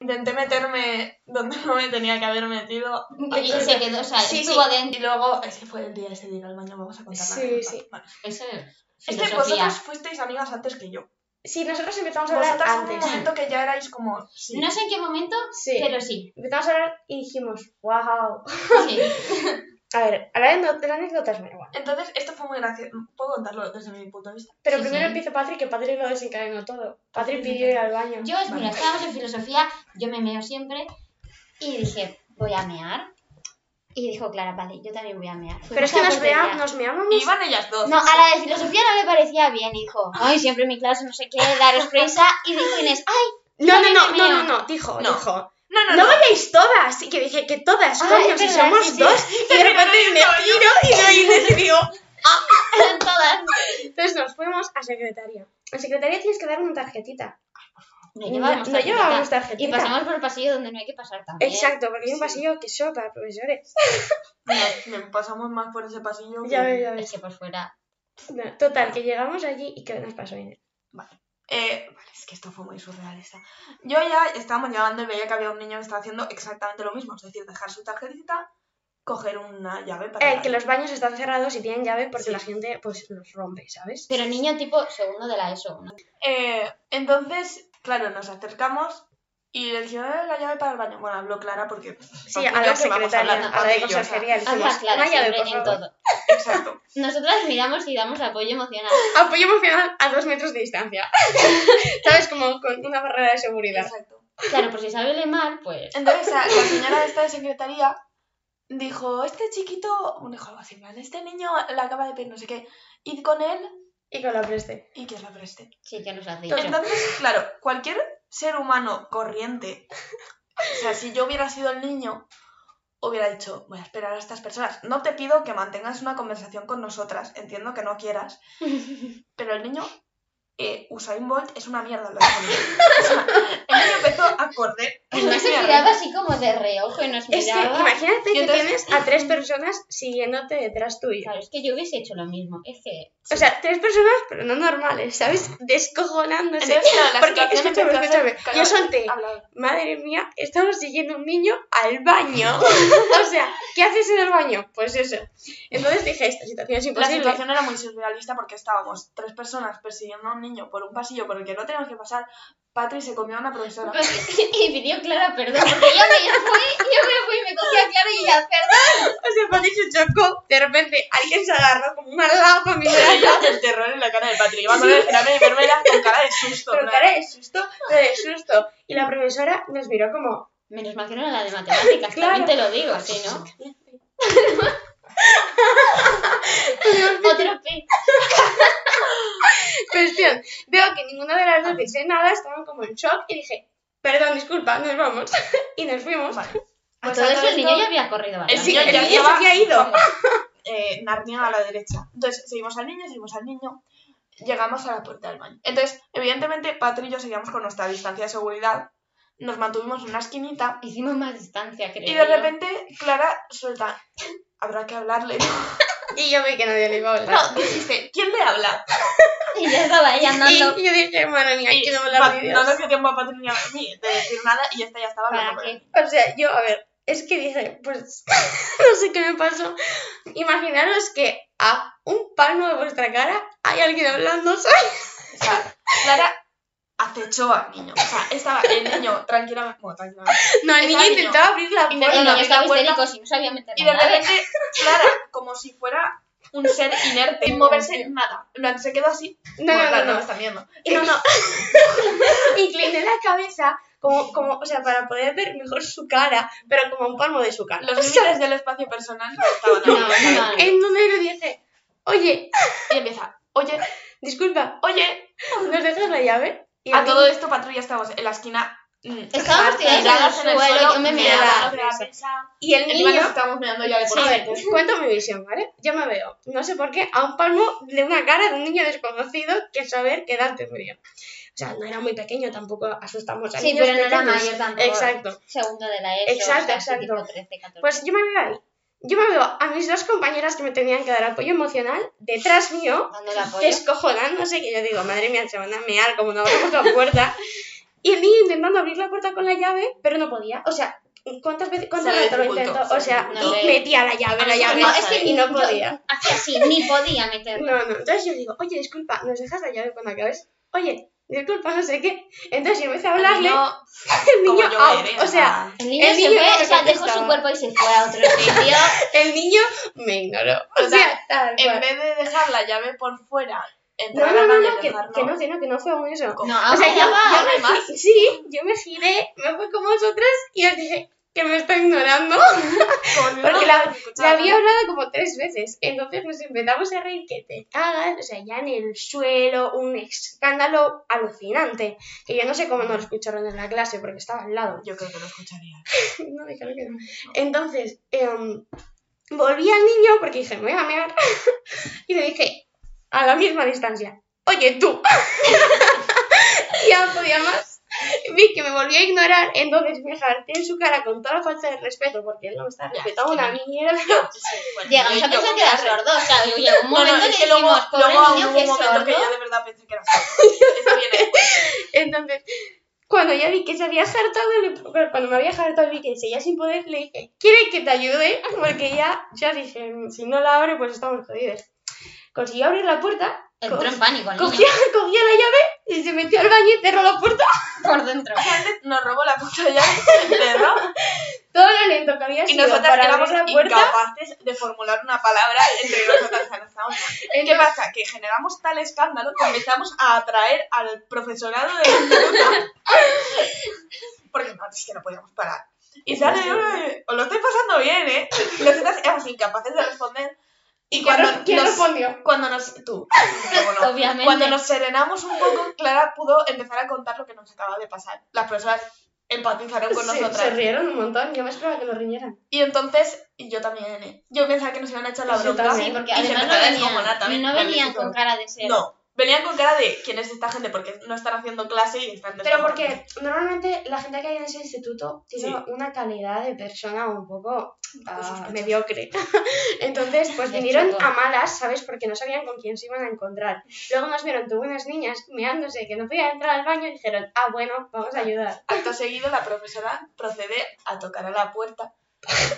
Speaker 2: Intenté meterme donde no me tenía que haber metido.
Speaker 1: Y se quedó, o sea,
Speaker 4: Sí, sí.
Speaker 1: estuvo
Speaker 2: Y
Speaker 1: dentro.
Speaker 2: luego, es que fue el día ese de ir al baño, vamos a contar la
Speaker 4: Sí,
Speaker 2: anécdota.
Speaker 4: sí.
Speaker 2: Vale.
Speaker 1: Eso
Speaker 2: Es que
Speaker 1: filosofía.
Speaker 2: vosotros fuisteis amigas antes que yo.
Speaker 4: Sí, nosotros empezamos a hablar
Speaker 2: Vosotras en un
Speaker 4: antes.
Speaker 2: momento que ya erais como... Sí.
Speaker 1: No sé en qué momento,
Speaker 4: Sí.
Speaker 1: pero
Speaker 2: (laughs)
Speaker 1: sí.
Speaker 4: Empezamos a hablar y dijimos, wow.
Speaker 1: sí.
Speaker 4: A ver, hablar de no- de la anécdota es muy guay.
Speaker 2: Entonces, esto fue muy gracioso. Puedo contarlo desde mi punto de vista.
Speaker 4: Pero
Speaker 1: Sí,
Speaker 4: primero
Speaker 1: sí.
Speaker 4: empieza Patrick, que Patrick lo desencadenó todo. Patrick pidió ir al baño.
Speaker 1: Yo, mira, estábamos en filosofía, yo me meo siempre y dije, voy a mear. Y dijo Clara, vale, yo también voy a mear.
Speaker 4: Pero
Speaker 1: Fuimos
Speaker 4: es que
Speaker 1: a la
Speaker 4: nos, vea-
Speaker 1: cafetería.
Speaker 4: nos meamos.
Speaker 2: Y iban ellas dos.
Speaker 1: No, a la de filosofía no le parecía bien y dijo, ay, siempre en mi clase no sé qué, daros prisa. Y dijo Inés, ay,
Speaker 4: No, no, no,
Speaker 1: me
Speaker 4: no, no,
Speaker 1: meo.
Speaker 4: no, dijo,
Speaker 2: No.
Speaker 4: dijo.
Speaker 2: No, no,
Speaker 4: No
Speaker 2: no.
Speaker 4: vayáis todas. Y que dije que todas,
Speaker 1: Ah,
Speaker 4: coño,
Speaker 1: es
Speaker 4: si
Speaker 1: verdad,
Speaker 4: somos
Speaker 1: sí, sí.
Speaker 4: (laughs) dos. Y de repente me tiro y veo a Inés y digo.
Speaker 1: eran todas.
Speaker 4: Entonces nos fuimos a secretaria. En secretaria tienes que dar una tarjetita.
Speaker 1: No
Speaker 4: No,
Speaker 1: llevábamos
Speaker 4: no
Speaker 1: tarjeta.
Speaker 4: llevábamos tarjetita.
Speaker 1: Y pasamos por el pasillo donde no hay que pasar también.
Speaker 4: Exacto, porque hay un
Speaker 2: Sí.
Speaker 4: pasillo que es solo para profesores.
Speaker 2: Nos- nos pasamos más por ese pasillo.
Speaker 4: Ya
Speaker 2: que-
Speaker 4: ves, ya
Speaker 1: Es
Speaker 4: ves.
Speaker 1: que por fuera.
Speaker 4: No, Total, que llegamos allí y que nos pasó Inés.
Speaker 2: Eh, vale, es que esto fue muy surrealista. Yo ya estábamos llegando y veía que había un niño que estaba haciendo exactamente lo mismo. Es decir, dejar su tarjetita, coger una llave para...
Speaker 4: Eh, que los baños están cerrados y tienen llave porque
Speaker 2: Sí.
Speaker 4: la gente pues los rompe, ¿sabes?
Speaker 1: Pero niño tipo segundo de la ESO. ¿no?
Speaker 2: Eh, entonces, claro, nos acercamos y le dije, "Eh, la llave para el baño. Bueno, habló Clara porque...
Speaker 4: Sí,
Speaker 2: porque
Speaker 4: a
Speaker 2: yo
Speaker 4: la
Speaker 2: que vamos
Speaker 4: secretaria,
Speaker 2: hablar,
Speaker 4: a la de
Speaker 2: Patri y yo, o sea,
Speaker 4: conserjería. le
Speaker 1: Ambas
Speaker 4: dijimos,
Speaker 1: claras
Speaker 4: "Una llave,
Speaker 1: siempre
Speaker 4: por
Speaker 1: en
Speaker 4: favor".
Speaker 1: todo.
Speaker 2: Exacto.
Speaker 4: (laughs)
Speaker 1: Nosotras miramos y damos apoyo emocional.
Speaker 4: Apoyo emocional a dos metros de distancia. (laughs) ¿Sabes? Como con una barrera de seguridad.
Speaker 2: Exacto.
Speaker 1: Claro, por si sabe leer mal, pues...
Speaker 2: Entonces, la, la señora esta de secretaría dijo, este chiquito, un hijo algo así, en plan, este niño le acaba de pedir no sé qué, id con él
Speaker 4: Y con la preste.
Speaker 2: y que os la preste.
Speaker 1: Sí, que nos has dicho.
Speaker 2: Entonces, claro, cualquier ser humano corriente, o sea, si yo hubiera sido el niño, hubiera dicho, voy a esperar a estas personas. No te pido que mantengas una conversación con nosotras, entiendo que no quieras, pero el niño... Eh, Usain Bolt es una mierda. Lo que o sea, el niño empezó a correr.
Speaker 1: Además se miraba así como de reojo y nos
Speaker 4: Es que
Speaker 1: miraba.
Speaker 4: imagínate
Speaker 2: Y
Speaker 4: que
Speaker 2: entonces-
Speaker 4: tienes a tres personas siguiéndote detrás tuyo.
Speaker 1: Claro, es que yo hubiese hecho lo mismo. Es que...
Speaker 4: O sea, tres personas, pero no normales, ¿sabes? Descojonándose.
Speaker 2: Entonces, claro, la
Speaker 4: Porque,
Speaker 2: situación
Speaker 4: escúchame,
Speaker 2: empezó a ser- Ah.
Speaker 4: escúchame.
Speaker 2: claro,
Speaker 4: Yo solté.
Speaker 2: habla-
Speaker 4: Madre mía, estamos siguiendo un niño al
Speaker 2: (laughs)
Speaker 4: baño. o sea, ¿qué haces en el baño? Pues eso. Entonces dije, esta situación es
Speaker 2: La
Speaker 4: imposible.
Speaker 2: situación era muy surrealista porque estábamos tres personas persiguiendo a un niño por un pasillo por el que no teníamos que pasar. Patri se comió a una
Speaker 4: (laughs)
Speaker 2: profesora.
Speaker 1: Pues- y pidió Clara perdón, porque yo me fui, yo me fui, me cogí a Clara y ella, perdón.
Speaker 4: O sea, Patrick se chocó, de repente alguien se agarró como una lapa, mi
Speaker 2: Veía el terror en la cara de Patri. Iba con el jirafa y vermela con cara de susto.
Speaker 4: Pero
Speaker 2: en plan,
Speaker 4: cara de susto, pero de susto. Y la profesora nos miró como,
Speaker 1: Menos mal que no era la de matemáticas,
Speaker 4: Claro.
Speaker 1: también te lo digo, ¿sí, no? Otro pi.
Speaker 4: Cuestión, veo que ninguna de las dos dice nada, estaban como en shock y dije, perdón, disculpa, nos vamos. (laughs) y nos fuimos. (laughs)
Speaker 2: Vale.
Speaker 1: A
Speaker 2: Pues
Speaker 1: todo
Speaker 2: a
Speaker 1: eso
Speaker 2: todo
Speaker 1: el niño
Speaker 2: esto-
Speaker 1: ya había corrido, ¿vale?
Speaker 2: El
Speaker 4: Sí,
Speaker 2: niño
Speaker 4: el
Speaker 2: ya
Speaker 4: niño se
Speaker 2: estaba-
Speaker 4: había ido.
Speaker 2: eh, Narnia a la derecha. Entonces seguimos al niño, seguimos al niño, llegamos a la puerta del baño. Entonces, evidentemente, Patri y yo seguíamos con nuestra distancia de seguridad, nos mantuvimos en una esquinita
Speaker 1: Hicimos más distancia, creo.
Speaker 2: y de
Speaker 1: yo.
Speaker 2: repente Clara suelta, habrá que hablarle.
Speaker 4: Y yo vi que nadie le iba a hablar.
Speaker 2: No, dijiste, ¿quién le habla?
Speaker 1: Y ya estaba ahí
Speaker 4: Y
Speaker 1: andando.
Speaker 4: yo dije, madre mía,
Speaker 2: Y
Speaker 4: quiero
Speaker 2: Pat-
Speaker 4: hablar de
Speaker 2: No
Speaker 4: Dios.
Speaker 2: nos dio tiempo a Patrick ni a mí de decir nada y esta ya estaba
Speaker 1: ¿Para
Speaker 2: hablando. con
Speaker 1: qué?
Speaker 2: él.
Speaker 4: O sea, yo, a ver, es que dije, pues, (laughs) no sé qué me pasó. Imaginaros que a un palmo de vuestra cara hay alguien hablando, (laughs) ¿sabes?
Speaker 2: O sea, Clara acechó al niño. O sea, estaba el niño tranquilamente. Bueno, tranquilamente.
Speaker 4: No, el niño
Speaker 2: Exacto.
Speaker 4: intentaba abrir la
Speaker 2: Y
Speaker 1: El
Speaker 4: puerta.
Speaker 2: no-
Speaker 1: niño estaba
Speaker 2: la puerta-
Speaker 1: histérico, si no sabía meter
Speaker 2: Y de
Speaker 1: la mano.
Speaker 2: repente, Clara, como si fuera un ser inerte, sin moverse nada. En plan, Se quedó así.
Speaker 4: No,
Speaker 2: Bueno,
Speaker 4: no, no,
Speaker 2: Clara,
Speaker 4: no.
Speaker 2: me está viendo.
Speaker 4: Y no, no. Incliné la cabeza como, como, o sea, para poder ver mejor su cara, pero como a un palmo de su cara.
Speaker 2: Los
Speaker 4: O sea,
Speaker 2: límites del espacio personal no estaban
Speaker 1: No,
Speaker 2: ahí.
Speaker 1: no, no.
Speaker 4: en donde le dije, oye,
Speaker 2: Y empieza, oye,
Speaker 4: disculpa,
Speaker 2: oye.
Speaker 4: ¿nos dejas la llave?
Speaker 2: Y a todo esto, patrulla, estábamos en la esquina. mm,
Speaker 1: Estábamos tiradas
Speaker 2: tiradas
Speaker 1: en el suelo, yo me
Speaker 2: miraba
Speaker 1: miraba.
Speaker 2: a la mesa.
Speaker 4: Y el
Speaker 2: Encima
Speaker 4: niño...
Speaker 2: nos estábamos mirando ya de por
Speaker 4: A ver,
Speaker 2: gente.
Speaker 4: os cuento mi visión, ¿vale? Yo me veo, no sé por qué, a un palmo de una cara de un niño desconocido que saber que Dante murió. O sea, no era muy pequeño, tampoco asustamos a
Speaker 1: Sí,
Speaker 4: niños
Speaker 1: pero no era
Speaker 4: pequeños.
Speaker 1: mayor tampoco.
Speaker 4: Exacto.
Speaker 1: Segundo de la ESO.
Speaker 4: Exacto,
Speaker 1: o sea, así
Speaker 4: exacto.
Speaker 1: tipo 13, 14.
Speaker 4: Pues yo me veo ahí. Yo me veo a mis dos compañeras que me tenían que dar apoyo emocional detrás mío,
Speaker 1: Dándole apoyo.
Speaker 4: descojonándose, que yo digo, madre mía, se van a mear como no abramos la puerta. Y el niño intentando abrir la puerta con la llave, pero no podía. O sea, ¿cuántas veces, cuántas
Speaker 2: Se
Speaker 4: veces lo
Speaker 2: dificultó,
Speaker 4: intentó?
Speaker 2: se
Speaker 4: O sea,
Speaker 1: dificultó.
Speaker 4: y metía la llave, la
Speaker 2: A mí se me
Speaker 4: llave,
Speaker 1: no, es que
Speaker 4: y no
Speaker 1: yo
Speaker 4: podía.
Speaker 1: hacía así, ni podía meterlo.
Speaker 4: No, no, entonces yo digo, oye, disculpa, ¿nos dejas la llave cuando acabes? Oye, disculpa, no sé qué. Entonces yo empecé a hablarle,
Speaker 2: No,
Speaker 4: el niño,
Speaker 2: como yo
Speaker 4: out,
Speaker 2: veré,
Speaker 4: o sea,
Speaker 1: El niño
Speaker 4: El
Speaker 1: se
Speaker 4: niño
Speaker 1: fue,
Speaker 4: no me
Speaker 1: o sea, dejó
Speaker 4: contestaba.
Speaker 1: su cuerpo y se fue a otro sitio.
Speaker 4: el niño me ignoró. O
Speaker 2: Total,
Speaker 4: sea, tal
Speaker 2: en
Speaker 4: cual.
Speaker 2: vez de dejar la llave por fuera,
Speaker 4: No,
Speaker 2: entrar
Speaker 4: no,
Speaker 2: a la
Speaker 4: no,
Speaker 2: calle
Speaker 4: no, que,
Speaker 2: dejarlo.
Speaker 4: que no, que no, que no fue aún eso.
Speaker 1: (laughs)
Speaker 2: Como-
Speaker 1: No,
Speaker 4: O sea,
Speaker 1: ahora
Speaker 4: yo,
Speaker 1: ya va.
Speaker 4: yo me,
Speaker 2: además.
Speaker 4: gi- sí, yo me giré, me fui con vosotras y os dije que me está ignorando.
Speaker 2: como si no
Speaker 4: porque la-
Speaker 2: nos
Speaker 4: Le
Speaker 2: escuchaba.
Speaker 4: había hablado como tres veces. Entonces nos empezamos a reír que te cagas, o sea, ya en el suelo, un escándalo alucinante. Que yo no sé cómo no lo escucharon en la clase porque estaba al lado.
Speaker 2: Yo creo que lo escucharía.
Speaker 4: (laughs) No, dijeron que no. Entonces, em, volví al niño porque dije, me voy a mear. (laughs) y le dije, a la misma distancia, oye tú. (laughs) ya no podía más. Vi que me volvió a ignorar, entonces me jarté en su cara con toda la falta de respeto, porque él no me estaba respetando una mierda. (laughs)
Speaker 1: Llegamos a pensar que era sordo, o sea, llegó un
Speaker 2: No, no,
Speaker 1: momento
Speaker 2: es
Speaker 1: que
Speaker 2: que luego,
Speaker 1: dijimos, pobre
Speaker 2: luego
Speaker 1: niño
Speaker 2: hubo
Speaker 1: que
Speaker 2: un
Speaker 1: es
Speaker 2: momento
Speaker 1: sordo.
Speaker 2: que yo de verdad pensé que era sordo. (laughs) Eso viene después.
Speaker 4: Entonces, cuando ya vi que se había jartado, le- cuando me había jartado, vi que seguía sin poder, le dije, ¿quieres que te ayude? Porque ya, ya dije, si no la abre, pues estamos jodidos. Consiguió abrir la puerta,
Speaker 1: Entró en pánico el niño,
Speaker 4: cogía, cogía la llave y se metió al baño y cerró la puerta.
Speaker 1: por dentro.
Speaker 2: Nos robó la puta llave, (laughs) se enterró
Speaker 4: Todo lo lento que había
Speaker 2: y
Speaker 4: sido
Speaker 2: nosotras
Speaker 4: para
Speaker 2: éramos
Speaker 4: abrir la puerta.
Speaker 2: incapaces de formular una palabra
Speaker 4: (laughs)
Speaker 2: entre nosotras. o sea, nos estábamos- ¿Qué
Speaker 4: Entonces,
Speaker 2: pasa? Que generamos tal escándalo que empezamos a atraer al profesorado
Speaker 4: (laughs)
Speaker 2: del instituto. Porque no, es que no podíamos parar. Y sale uno de, os lo estoy pasando bien, ¿eh? Y nosotras éramos incapaces de responder. Y
Speaker 4: ¿quién,
Speaker 2: cuando
Speaker 4: res- quién
Speaker 2: nos-
Speaker 4: respondió?
Speaker 2: Cuando nos.
Speaker 4: (laughs)
Speaker 2: Tú. Luego no.
Speaker 1: Obviamente.
Speaker 2: Cuando nos serenamos un poco, Clara pudo empezar a contar lo que nos acaba de pasar. Las personas empatizaron con
Speaker 4: Se- se
Speaker 2: nosotras.
Speaker 4: rieron un montón, yo me esperaba que lo riñeran.
Speaker 2: Y entonces, y yo también, ¿eh? Yo pensaba que nos iban a echar la
Speaker 4: Yo
Speaker 2: bronca.
Speaker 4: también.
Speaker 1: Sí, porque
Speaker 2: y se
Speaker 1: además
Speaker 2: empezaron a
Speaker 1: no
Speaker 2: descojonar
Speaker 1: venían,
Speaker 2: también
Speaker 1: no
Speaker 2: del
Speaker 1: venían
Speaker 2: instituto.
Speaker 1: con cara de ser.
Speaker 2: No, venían con cara de quién es esta gente porque no están haciendo clase y están
Speaker 4: Pero
Speaker 2: descojonados.
Speaker 4: porque normalmente la gente que hay en ese instituto tiene
Speaker 2: Sí.
Speaker 4: una calidad de persona un poco ah,
Speaker 2: sospechosa.
Speaker 4: mediocre. (laughs) Entonces, pues
Speaker 1: De
Speaker 4: vinieron
Speaker 1: chico.
Speaker 4: a malas, ¿sabes? Porque no sabían con quién se iban a encontrar. Luego nos vieron tuvo unas niñas meándose que no podían entrar al baño y dijeron, ah, bueno, vamos a ayudar.
Speaker 2: Acto seguido, la profesora procede a tocar a
Speaker 4: (laughs)
Speaker 2: la puerta.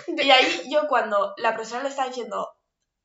Speaker 2: Y ahí yo, cuando la profesora le está diciendo,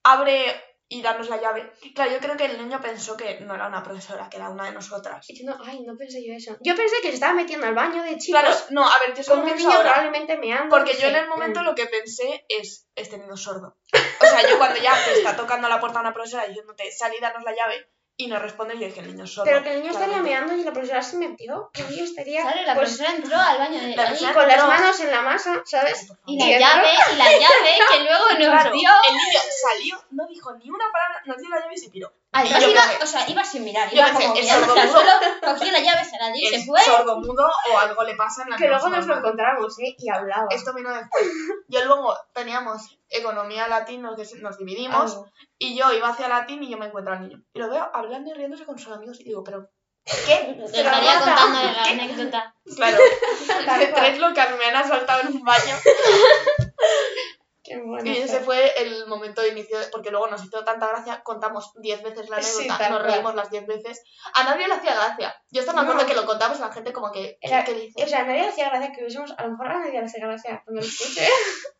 Speaker 2: abre y danos la llave, claro, yo creo que el niño pensó que no era una profesora, que era una de nosotras.
Speaker 4: Y yo no, ay, no pensé yo eso. Yo pensé que se estaba metiendo al baño de chicos.
Speaker 2: Claro, no, a ver, yo
Speaker 4: con
Speaker 2: solo
Speaker 4: un
Speaker 2: pienso
Speaker 4: niño
Speaker 2: ahora.
Speaker 4: probablemente meando.
Speaker 2: Porque yo en el
Speaker 4: eh,
Speaker 2: momento lo que pensé es, este niño es sordo. O sea, yo cuando ya te está tocando a la puerta una profesora diciéndote, sal y danos la llave, y no respondes, yo dije, el niño es sordo.
Speaker 4: Pero que el niño estaría
Speaker 2: Claro.
Speaker 4: meando y la profesora se metió. Que el niño estaría
Speaker 1: ¿Sabes? La
Speaker 4: pues,
Speaker 1: profesora entró al baño de
Speaker 2: La
Speaker 1: ahí
Speaker 2: profesora
Speaker 4: con las
Speaker 2: entró.
Speaker 4: manos en la masa, ¿sabes?
Speaker 1: y
Speaker 4: y
Speaker 1: la
Speaker 4: entró.
Speaker 1: llave, y la llave que luego nos
Speaker 2: Claro,
Speaker 1: dio.
Speaker 2: el niño salió, no dijo ni una palabra, no dio la llave y se piró.
Speaker 1: Además
Speaker 2: yo
Speaker 1: iba,
Speaker 2: pensé-
Speaker 1: o sea, iba sin mirar,
Speaker 2: yo
Speaker 1: iba
Speaker 2: pensé,
Speaker 1: como
Speaker 2: es
Speaker 1: mirando
Speaker 2: sordo
Speaker 1: al
Speaker 2: mudo.
Speaker 1: suelo, cogió la llave, se la dio y se
Speaker 2: Es
Speaker 1: fue.
Speaker 2: sordo mudo o algo le pasa en la
Speaker 4: Que luego
Speaker 2: neurona.
Speaker 4: nos lo encontramos, ¿eh? Y hablaba.
Speaker 2: Esto vino después. Yo luego teníamos economía latín, nos, des- nos dividimos,
Speaker 4: Algo.
Speaker 2: y yo iba hacia latín y yo me encuentro al niño. Y lo veo hablando y riéndose con sus amigos y digo, pero... ¿Qué?
Speaker 1: Te estaría
Speaker 4: mata.
Speaker 1: contando la anécdota.
Speaker 4: (laughs)
Speaker 2: Claro, de tres lo que me han asaltado en un baño.
Speaker 4: Qué bueno.
Speaker 2: Y ese fue el momento de inicio, porque luego nos hizo tanta gracia, contamos 10 veces la
Speaker 4: Sí,
Speaker 2: anécdota,
Speaker 4: tal
Speaker 2: nos
Speaker 4: cual.
Speaker 2: reímos las 10 veces. A nadie le hacía gracia. Yo hasta me acuerdo
Speaker 4: No.
Speaker 2: que lo contamos a la gente como que, ¿qué,
Speaker 4: Era-
Speaker 2: qué dices?
Speaker 5: eh,
Speaker 4: O sea, a nadie le hacía gracia que hubiésemos. A lo mejor a nadie le hacía gracia cuando lo escuché. (laughs)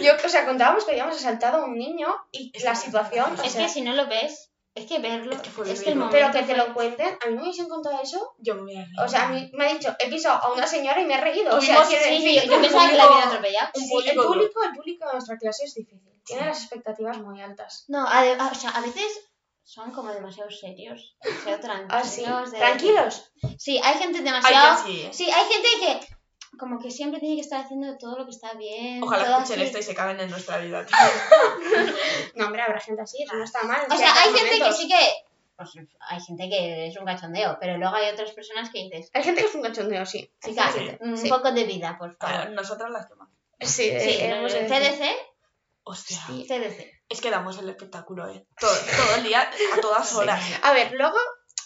Speaker 4: Yo, o sea, contábamos que habíamos asaltado a un niño y
Speaker 2: Es
Speaker 4: la
Speaker 2: que-
Speaker 4: situación. o
Speaker 1: Es
Speaker 4: sea,
Speaker 1: que si no lo ves, es que verlo,
Speaker 2: Es que fue
Speaker 1: es que el
Speaker 2: vivirlo.
Speaker 1: momento
Speaker 4: Pero que te
Speaker 1: fue-
Speaker 4: lo cuenten, a mí no me hubiesen contado eso.
Speaker 2: Yo me hubiera reído.
Speaker 4: O sea, a mí me ha dicho, he pisado a una señora y me he reído. O sea,
Speaker 2: Tuvimos-
Speaker 4: quiero
Speaker 1: Sí,
Speaker 4: decir,
Speaker 1: yo pensaba que la
Speaker 2: público-
Speaker 1: habían atropellado.
Speaker 2: un
Speaker 4: sí, el,
Speaker 2: público duro.
Speaker 4: público, el público de nuestra clase es difícil. Tiene las expectativas muy altas.
Speaker 1: No, ade- a- o sea, a veces son como demasiado serios, demasiado tranquilos.
Speaker 4: Ah, sí.
Speaker 1: de-
Speaker 4: Tranquilos.
Speaker 1: Sí, hay gente
Speaker 2: Ay,
Speaker 1: demasiado...
Speaker 2: yo sí, eh.
Speaker 1: Sí, hay gente que como que siempre tiene que estar haciendo todo lo que está bien.
Speaker 2: Ojalá
Speaker 1: todo
Speaker 2: escuchen
Speaker 1: así.
Speaker 2: esto y se caben en
Speaker 5: (laughs)
Speaker 2: nuestra vida.
Speaker 4: No, hombre, habrá gente así, eso no está mal. en
Speaker 1: O sea,
Speaker 4: ciertos
Speaker 1: hay gente que
Speaker 4: momentos.
Speaker 1: sí que pues hay gente que es un cachondeo, pero luego hay otras personas que dices,
Speaker 5: Hay gente que es un cachondeo, sí.
Speaker 1: chica,
Speaker 2: Sí,
Speaker 1: un
Speaker 5: sí.
Speaker 1: poco de vida, por
Speaker 2: A ver,
Speaker 1: favor.
Speaker 2: nosotras las que más.
Speaker 5: Sí,
Speaker 1: Sí,
Speaker 5: eh, hemos de decir.
Speaker 1: CDC,
Speaker 2: Hostia.
Speaker 5: Sí.
Speaker 1: CDC.
Speaker 2: Es que damos el espectáculo, ¿eh? Todo, todo el día, a todas horas.
Speaker 5: A ver, luego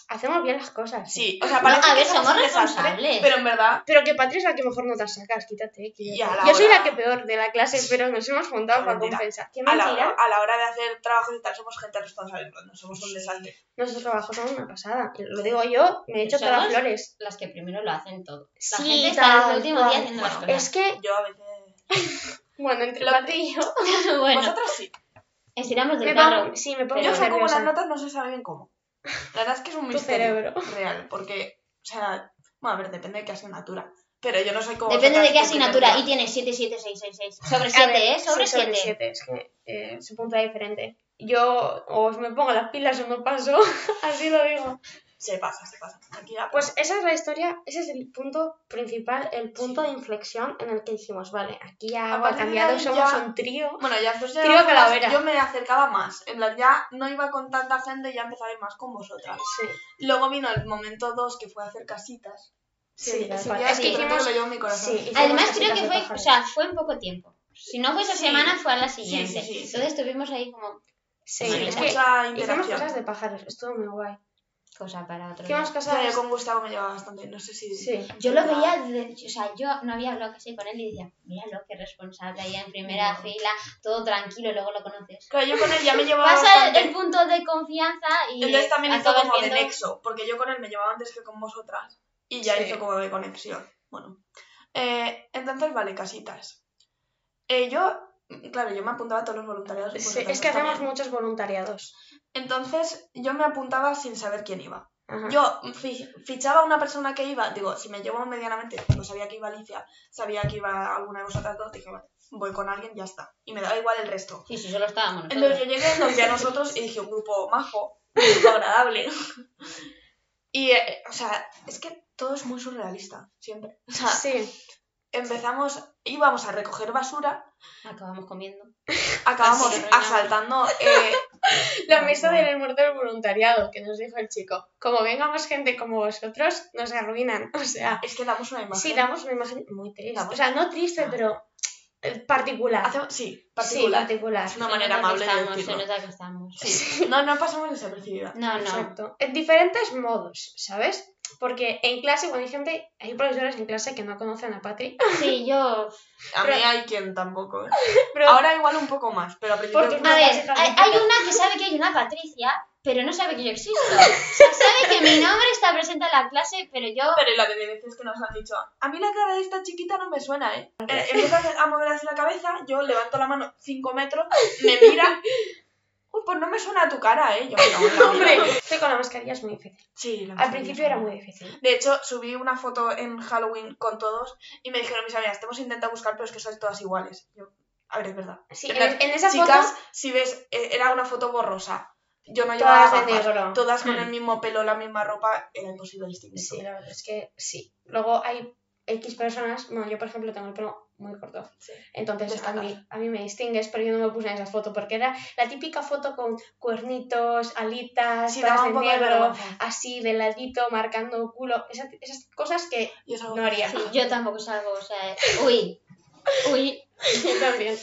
Speaker 5: hacemos bien las cosas. ¿eh?
Speaker 2: Sí, o sea,
Speaker 1: No,
Speaker 2: parece
Speaker 1: a
Speaker 2: que
Speaker 1: ver,
Speaker 2: somos
Speaker 1: somos
Speaker 2: un desastre,
Speaker 1: responsables.
Speaker 2: pero en verdad,
Speaker 5: Pero que Patri es la que mejor notas sacas, quítate. que
Speaker 2: Y
Speaker 5: yo
Speaker 2: a la
Speaker 5: yo soy
Speaker 2: hora-
Speaker 5: la que peor de la clase, pero nos hemos juntado para
Speaker 2: Mentira.
Speaker 5: compensar. ¿Qué
Speaker 2: a la, hora-
Speaker 5: mentira?
Speaker 2: a la hora de hacer trabajos y tal, somos gente responsable. pero No somos un desastre.
Speaker 5: Nuestros trabajos son una pasada. Lo digo yo, me he hecho todas las
Speaker 1: Somos-
Speaker 5: flores.
Speaker 1: Las que primero lo hacen todo. La
Speaker 5: Sí,
Speaker 1: gente está
Speaker 5: tal
Speaker 1: el último día
Speaker 5: cual.
Speaker 1: haciendo las
Speaker 2: Bueno,
Speaker 1: cosas.
Speaker 5: Es que,
Speaker 2: Yo a veces.
Speaker 5: bueno, entre
Speaker 2: Lo-
Speaker 5: Patri
Speaker 4: (laughs)
Speaker 5: y yo...
Speaker 1: (laughs) bueno,
Speaker 2: Vosotras sí.
Speaker 1: estiramos del
Speaker 5: Me
Speaker 1: carro.
Speaker 5: pongo, sí, me pongo
Speaker 2: Yo
Speaker 1: Pero
Speaker 2: saco
Speaker 5: nerviosa.
Speaker 2: buenas notas, no se sabe bien cómo. La verdad es que es un
Speaker 5: Tu
Speaker 2: misterio
Speaker 5: cerebro.
Speaker 2: real, porque, o sea, bueno, a ver, depende de qué asignatura. Pero yo no soy como.
Speaker 1: Depende de
Speaker 2: vosotras
Speaker 1: qué
Speaker 2: que
Speaker 1: asignatura.
Speaker 2: tienen-
Speaker 1: Y tiene 77666. Sobre
Speaker 5: A
Speaker 1: 7,
Speaker 5: ver,
Speaker 1: ¿eh? Sobre
Speaker 5: sí,
Speaker 1: 7.
Speaker 5: siete, Es que eh, se punta diferente. Yo o me pongo las pilas o no paso, así lo digo.
Speaker 2: Se pasa, se pasa. Aquí ya-
Speaker 5: Pues esa es la historia, ese es el punto principal, el punto de inflexión en el que dijimos, vale, aquí
Speaker 2: A
Speaker 5: ya
Speaker 1: Ah,
Speaker 5: algo ha
Speaker 2: partir de
Speaker 5: cambiado,
Speaker 2: ahí
Speaker 5: somos
Speaker 2: ya-
Speaker 5: un trío.
Speaker 2: Bueno, ya después
Speaker 5: Trío calavera.
Speaker 2: yo me acercaba más. En plan, ya no iba con tanta gente y ya empezaba a ir más con vosotras.
Speaker 5: Sí.
Speaker 2: Luego vino el momento 2, que fue hacer casitas.
Speaker 5: Sí,
Speaker 2: eso
Speaker 5: tal cual.
Speaker 2: ya
Speaker 5: Es que
Speaker 2: sobre todo
Speaker 5: hicimos-
Speaker 2: lo llevo en mi corazón.
Speaker 5: sí, hicimos
Speaker 1: Además,
Speaker 5: casitas
Speaker 1: creo que
Speaker 5: de
Speaker 1: fue, o
Speaker 5: pájaros.
Speaker 1: sea, fue en poco tiempo. Si no fue esa
Speaker 2: Sí.
Speaker 1: semana, fue a la siguiente.
Speaker 2: sí, sí, sí.
Speaker 1: Entonces estuvimos ahí como sí,
Speaker 5: Sí, es que
Speaker 2: mucha
Speaker 5: hicimos
Speaker 2: interacción.
Speaker 5: cosas de pájaros, estuvo muy guay.
Speaker 1: cosa para otro día.
Speaker 5: Hicimos
Speaker 2: Ya,
Speaker 5: cosas...
Speaker 2: yo con Gustavo me llevaba bastante, no sé si... Ah,
Speaker 5: Sí.
Speaker 1: Yo lo veía, de- o sea, yo no había hablado casi con él y decía, míralo, qué responsable, allá en primera
Speaker 2: No.
Speaker 1: fila, todo tranquilo, luego lo conoces.
Speaker 2: Claro, yo con él ya me llevaba
Speaker 1: Pasa el,
Speaker 2: bastante.
Speaker 1: el punto de confianza y
Speaker 2: Entonces también hizo
Speaker 1: acabas
Speaker 2: como
Speaker 1: viendo-
Speaker 2: de nexo, porque yo con él me llevaba antes que con vosotras. Y ya
Speaker 5: Sí.
Speaker 2: hizo como de conexión. Bueno. Eh, entonces, vale, casitas. Eh, yo, claro, yo me apuntaba a todos los voluntariados. y pues,
Speaker 5: Sí,
Speaker 2: vosotras
Speaker 5: es que
Speaker 2: también.
Speaker 5: hacemos muchos voluntariados.
Speaker 2: Entonces, yo me apuntaba sin saber quién iba.
Speaker 5: Ajá.
Speaker 2: Yo fi- fichaba a una persona que iba, digo, si me llevo medianamente, cuando sabía que iba Alicia, sabía que iba alguna de vosotras dos, dije, vale, voy con alguien, ya está. Y me daba igual el resto.
Speaker 1: Sí, sí, solo estábamos nosotros.
Speaker 2: Entonces yo llegué, nos vi a nosotros y dije, un grupo majo, un grupo agradable. (laughs) Y, eh, o sea, es que todo es muy surrealista, siempre. O sea,
Speaker 5: Sí,
Speaker 2: empezamos, íbamos a recoger basura,
Speaker 1: Acabamos comiendo.
Speaker 2: acabamos
Speaker 1: Así que reinamos.
Speaker 2: asaltando... eh,
Speaker 5: (laughs) la mesa del almuerzo del voluntariado que nos dijo el chico. Como vengamos gente como vosotros, nos arruinan. (laughs) O sea,
Speaker 2: es que damos una imagen.
Speaker 5: Sí, damos una imagen muy triste.
Speaker 2: Damos- Ah.
Speaker 5: O sea, no triste, pero eh, particular.
Speaker 2: Hacemos- sí,
Speaker 5: Sí,
Speaker 2: particular.
Speaker 5: particular.
Speaker 2: Es una manera
Speaker 1: Se nota que
Speaker 2: amable de
Speaker 1: estamos, Se
Speaker 2: decirlo.
Speaker 1: nota que estamos.
Speaker 2: Sí. No, no pasamos desapercibida.
Speaker 1: No, no.
Speaker 5: Exacto. En diferentes modos, ¿sabes? Porque en clase, cuando hay gente, hay profesores en clase que no conocen a Patri.
Speaker 1: Sí, yo
Speaker 2: A mí
Speaker 5: Pero-
Speaker 2: hay quien tampoco, ¿eh?
Speaker 5: (laughs) Pero
Speaker 2: Ahora igual un poco más, pero al principio...
Speaker 5: Porque-
Speaker 1: A
Speaker 5: Una
Speaker 1: ver,
Speaker 5: pareja
Speaker 1: hay,
Speaker 5: completa.
Speaker 1: hay una que sabe que hay una Patricia, pero no sabe que yo existo. O sea, sabe que mi nombre está presente en la clase, pero yo...
Speaker 2: Pero lo que te dices es que nos han dicho, a mí la cara de esta chiquita no me suena, ¿eh? Eh, empieza a hacer- a mover así la cabeza, yo levanto la mano 5
Speaker 5: (laughs)
Speaker 2: metros, me mira... Uy, pues no me suena tu cara, ¿eh? Yo me cago en la
Speaker 5: hombre,
Speaker 2: vida.
Speaker 5: estoy con la mascarilla es muy difícil.
Speaker 2: Sí, la
Speaker 5: Al
Speaker 2: mascarilla
Speaker 5: principio
Speaker 2: suena.
Speaker 5: era muy difícil.
Speaker 2: De hecho, subí una foto en Halloween con todos y me dijeron mis amigas, te hemos intentado buscar, pero es que sois todas iguales. Yo, a ver, es verdad.
Speaker 5: Sí,
Speaker 2: En
Speaker 5: en,
Speaker 2: plan,
Speaker 5: en esa
Speaker 2: Chicas,
Speaker 5: foto
Speaker 2: si ves, eh, era una foto borrosa. Yo no llevaba
Speaker 5: todas de
Speaker 2: gafas.
Speaker 5: negro.
Speaker 2: todas con
Speaker 1: Mm.
Speaker 2: el mismo pelo, la misma ropa, era imposible distinguirlo.
Speaker 5: Sí, la verdad es que sí. Luego hay X personas, bueno, yo por ejemplo tengo el pelo muy corto.
Speaker 2: Sí.
Speaker 5: Entonces a
Speaker 2: Destacado.
Speaker 5: mí, a mí me distingues, pero yo no me puse en esa foto porque era la típica foto con cuernitos, alitas,
Speaker 2: Sí,
Speaker 5: todas
Speaker 2: daba
Speaker 5: de
Speaker 2: un poco de
Speaker 5: negro,
Speaker 2: vergüenza.
Speaker 5: así de ladito, marcando culo, esas, esas cosas que
Speaker 2: Y es algo
Speaker 5: no haría.
Speaker 1: Sí, yo tampoco salgo, o sea... eh, Uy, uy.
Speaker 5: Yo también.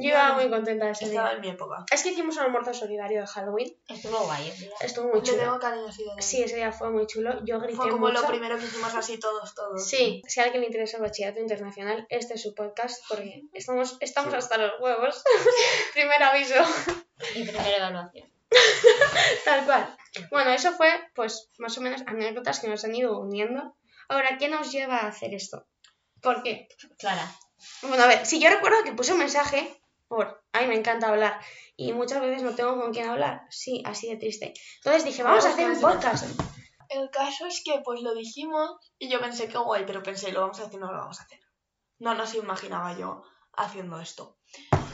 Speaker 5: Yo
Speaker 2: Yo
Speaker 5: iba
Speaker 2: no.
Speaker 5: muy contenta
Speaker 2: que
Speaker 5: ese
Speaker 2: estaba
Speaker 5: día.
Speaker 2: en mi época.
Speaker 5: Es que hicimos un almuerzo solidario de Halloween.
Speaker 1: Estuvo guay. ¿eh?
Speaker 5: Estuvo muy
Speaker 2: Le tengo
Speaker 5: chulo.
Speaker 2: cariño así de
Speaker 5: Sí, ese día fue muy chulo. Yo grité
Speaker 2: Fue como
Speaker 5: mucho.
Speaker 2: lo primero que hicimos así todos, todos.
Speaker 5: Sí, si a alguien le interesa el bachillerato internacional, este es su podcast porque estamos, estamos hasta los huevos. (laughs) Primer aviso.
Speaker 1: Y primera evaluación.
Speaker 5: Tal cual. Bueno, eso fue, pues, más o menos anécdotas que nos han ido uniendo. Ahora, ¿qué nos lleva a hacer esto? ¿Por qué?
Speaker 1: Clara.
Speaker 5: Bueno, a ver, si yo recuerdo que puse un mensaje por, ay, me encanta hablar, y muchas veces no tengo con quién hablar, sí, así de triste. Entonces dije, vamos a hacer un podcast.
Speaker 2: El caso es que pues lo dijimos y yo pensé que guay, pero pensé, lo vamos a hacer, no lo vamos a hacer. No nos imaginaba yo haciendo esto.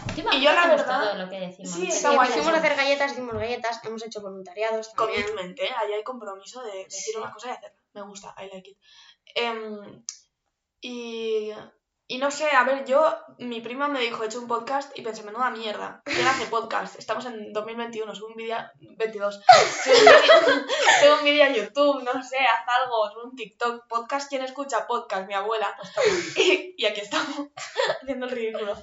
Speaker 1: Últimamente
Speaker 2: Y yo, la
Speaker 1: hacemos
Speaker 2: verdad-
Speaker 1: Todo lo que decimos.
Speaker 2: Sí,
Speaker 5: Sí,
Speaker 2: está guay
Speaker 5: hicimos
Speaker 2: eso.
Speaker 5: hacer galletas, hicimos galletas, hemos hecho voluntariados también.
Speaker 2: Commitment, ¿eh? Ahí hay compromiso de decir
Speaker 5: Sí.
Speaker 2: una cosa y hacerla. Me gusta, I like it. Em, y Y no sé, a ver, yo, mi prima me dijo, he hecho un podcast y pensé, menuda mierda. ¿Quién hace podcast? Estamos en 2021, sube un vídeo, 22. Sube un vídeo- (laughs) sube un vídeo a YouTube, no sé, haz algo, sube un TikTok. Podcast, ¿quién escucha podcast? Mi abuela. (laughs) Y, y aquí estamos, (laughs) haciendo el ridículo.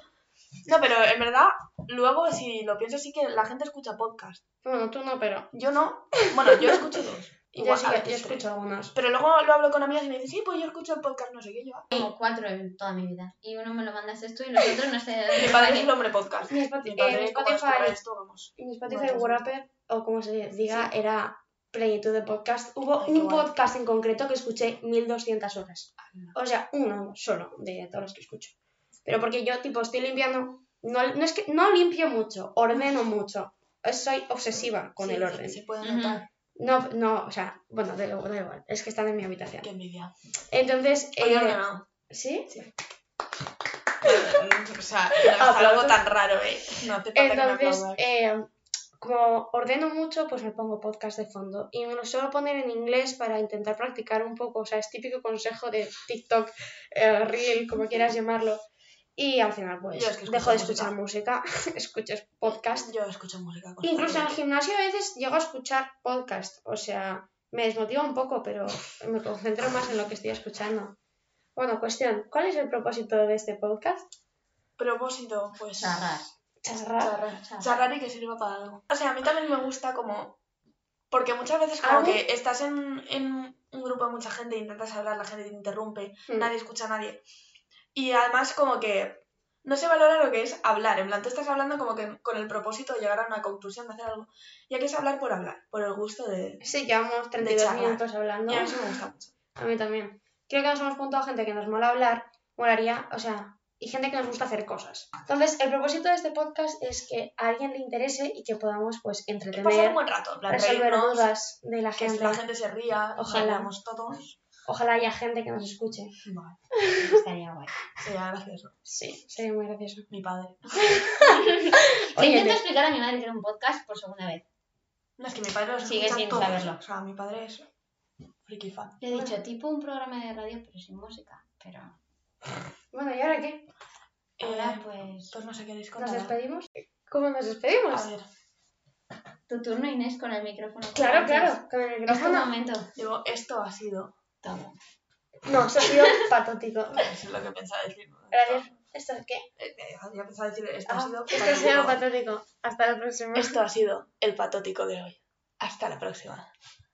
Speaker 2: No, pero en verdad, luego, si lo pienso, sí que la gente escucha podcast.
Speaker 5: Bueno, tú no, pero
Speaker 2: Yo no. Bueno, yo escucho dos.
Speaker 5: yo,
Speaker 2: Igual,
Speaker 5: sí
Speaker 2: a
Speaker 5: que-
Speaker 2: veces ¿eh?
Speaker 5: yo
Speaker 2: tres.
Speaker 5: escucho algunas.
Speaker 2: Pero luego lo hablo con amigas y me dicen, sí, pues yo escucho el podcast, no sé qué, yo. ah,
Speaker 1: Como cuatro en toda mi vida. Y uno me lo mandaste tú y los otros no sé de dónde
Speaker 2: Mi padre es
Speaker 1: salen.
Speaker 2: el hombre podcast.
Speaker 5: Mi Spotify,
Speaker 2: Mi padre
Speaker 5: mi
Speaker 2: es como esto,
Speaker 5: Spotify,
Speaker 2: esto, vamos.
Speaker 5: mi Spotify
Speaker 2: Bueno,
Speaker 5: Wrapper, o como se diga, era plenitud de podcast. Hubo
Speaker 2: Ay, qué
Speaker 5: un
Speaker 2: guay.
Speaker 5: podcast en concreto que escuché 1200 horas. O sea, uno solo de todos los que escucho. Pero porque yo, tipo, estoy limpiando. No, no es que no limpio mucho, ordeno mucho. Eh, Soy obsesiva con
Speaker 2: Sí,
Speaker 5: el
Speaker 2: se-
Speaker 5: orden.
Speaker 2: Se puede
Speaker 1: Ujú.
Speaker 2: notar.
Speaker 5: No, no, o sea, bueno, da igual, da igual. Es que están en mi habitación.
Speaker 2: Qué envidia.
Speaker 5: Entonces,
Speaker 2: Hoy he
Speaker 5: eh,
Speaker 2: ordenado.
Speaker 5: ¿sí?
Speaker 2: (laughs) o sea, no es algo
Speaker 5: Aplausos.
Speaker 2: tan raro, ¿eh? No hace falta que me
Speaker 5: Entonces,
Speaker 2: aplaudas.
Speaker 5: eh, como ordeno mucho, pues me pongo podcast de fondo. Y me lo suelo poner en inglés para intentar practicar un poco. O sea, es típico consejo de TikTok, eh, Reel, como quieras llamarlo. Y al final, pues,
Speaker 2: Yo es que escucho
Speaker 5: dejo de escuchar música, (laughs) escucho podcast.
Speaker 2: Yo escucho música. con-
Speaker 5: Incluso en el gimnasio a veces llego a escuchar podcast. O sea, me desmotiva un poco, pero me concentro más en lo que estoy escuchando. Bueno, cuestión, ¿cuál es el propósito de este podcast?
Speaker 2: Propósito, pues.
Speaker 1: Charrar.
Speaker 5: Charrar.
Speaker 2: Charrar.
Speaker 1: Charrar.
Speaker 2: Charrar y que sirva para algo. O sea, a mí también me gusta como. Porque muchas veces, como
Speaker 5: Algo-
Speaker 2: que estás en, en un grupo de mucha gente, intentas hablar, la gente te interrumpe,
Speaker 5: Hmm.
Speaker 2: nadie escucha a nadie. Y además, como que. No se valora lo que es hablar. En plan, tú estás hablando como que con el propósito de llegar a una conclusión, de hacer algo. Y aquí es hablar por hablar, por el gusto de.
Speaker 5: Sí, llevamos
Speaker 2: De
Speaker 5: 32
Speaker 2: charlar.
Speaker 5: minutos hablando.
Speaker 2: Y a mí eso me gusta mucho.
Speaker 5: A mí también. Creo que nos hemos juntado gente que nos mola hablar, molaría, o sea, y gente que nos gusta hacer cosas. Entonces, el propósito de este podcast es que a alguien le interese y que podamos, pues,
Speaker 2: Pasar un
Speaker 5: entretener,
Speaker 2: buen rato, en plan,
Speaker 5: resolver
Speaker 2: reírnos,
Speaker 5: dudas de la
Speaker 2: que
Speaker 5: gente.
Speaker 2: la gente se ría,
Speaker 5: Ojalá.
Speaker 2: hablamos todos.
Speaker 5: Ojalá haya gente que nos escuche.
Speaker 2: Vale,
Speaker 1: Estaría
Speaker 2: (laughs)
Speaker 1: guay.
Speaker 2: sería gracioso.
Speaker 5: Sí, sería muy gracioso.
Speaker 2: Mi padre.
Speaker 1: Le
Speaker 5: Oye,
Speaker 1: intento
Speaker 5: te-
Speaker 1: explicar a mi madre que era un podcast por segunda vez.
Speaker 2: No, es que mi padre los
Speaker 1: Sigue
Speaker 2: escucha
Speaker 1: sin
Speaker 2: todos.
Speaker 1: saberlo.
Speaker 2: O sea, mi padre es friki fan.
Speaker 1: Le he dicho, tipo un programa de radio, pero sin música. Pero
Speaker 5: Bueno, ¿y ahora qué?
Speaker 1: ahora,
Speaker 2: Eh,
Speaker 1: pues.
Speaker 2: pues no sé, ¿queréis
Speaker 5: ¿Nos
Speaker 2: contar?
Speaker 5: despedimos? ¿Cómo nos
Speaker 2: A
Speaker 5: despedimos?
Speaker 2: ver,
Speaker 1: Tu turno, Inés, con el micrófono.
Speaker 5: Claro, claro, con
Speaker 1: En
Speaker 5: el
Speaker 1: este
Speaker 5: micrófono.
Speaker 1: momento,
Speaker 2: digo, esto ha sido.
Speaker 1: todo.
Speaker 5: No, eso ha sido patótico.
Speaker 2: Eso es lo que pensaba decir. ¿no?
Speaker 5: Gracias. ¿Esto es qué?
Speaker 2: Eh, eh, Había pensado decir, esto ha
Speaker 5: Ah,
Speaker 2: sido.
Speaker 5: Esto ha sido patótico. Hasta la próxima.
Speaker 2: Esto ha sido el patótico de hoy. Hasta la próxima.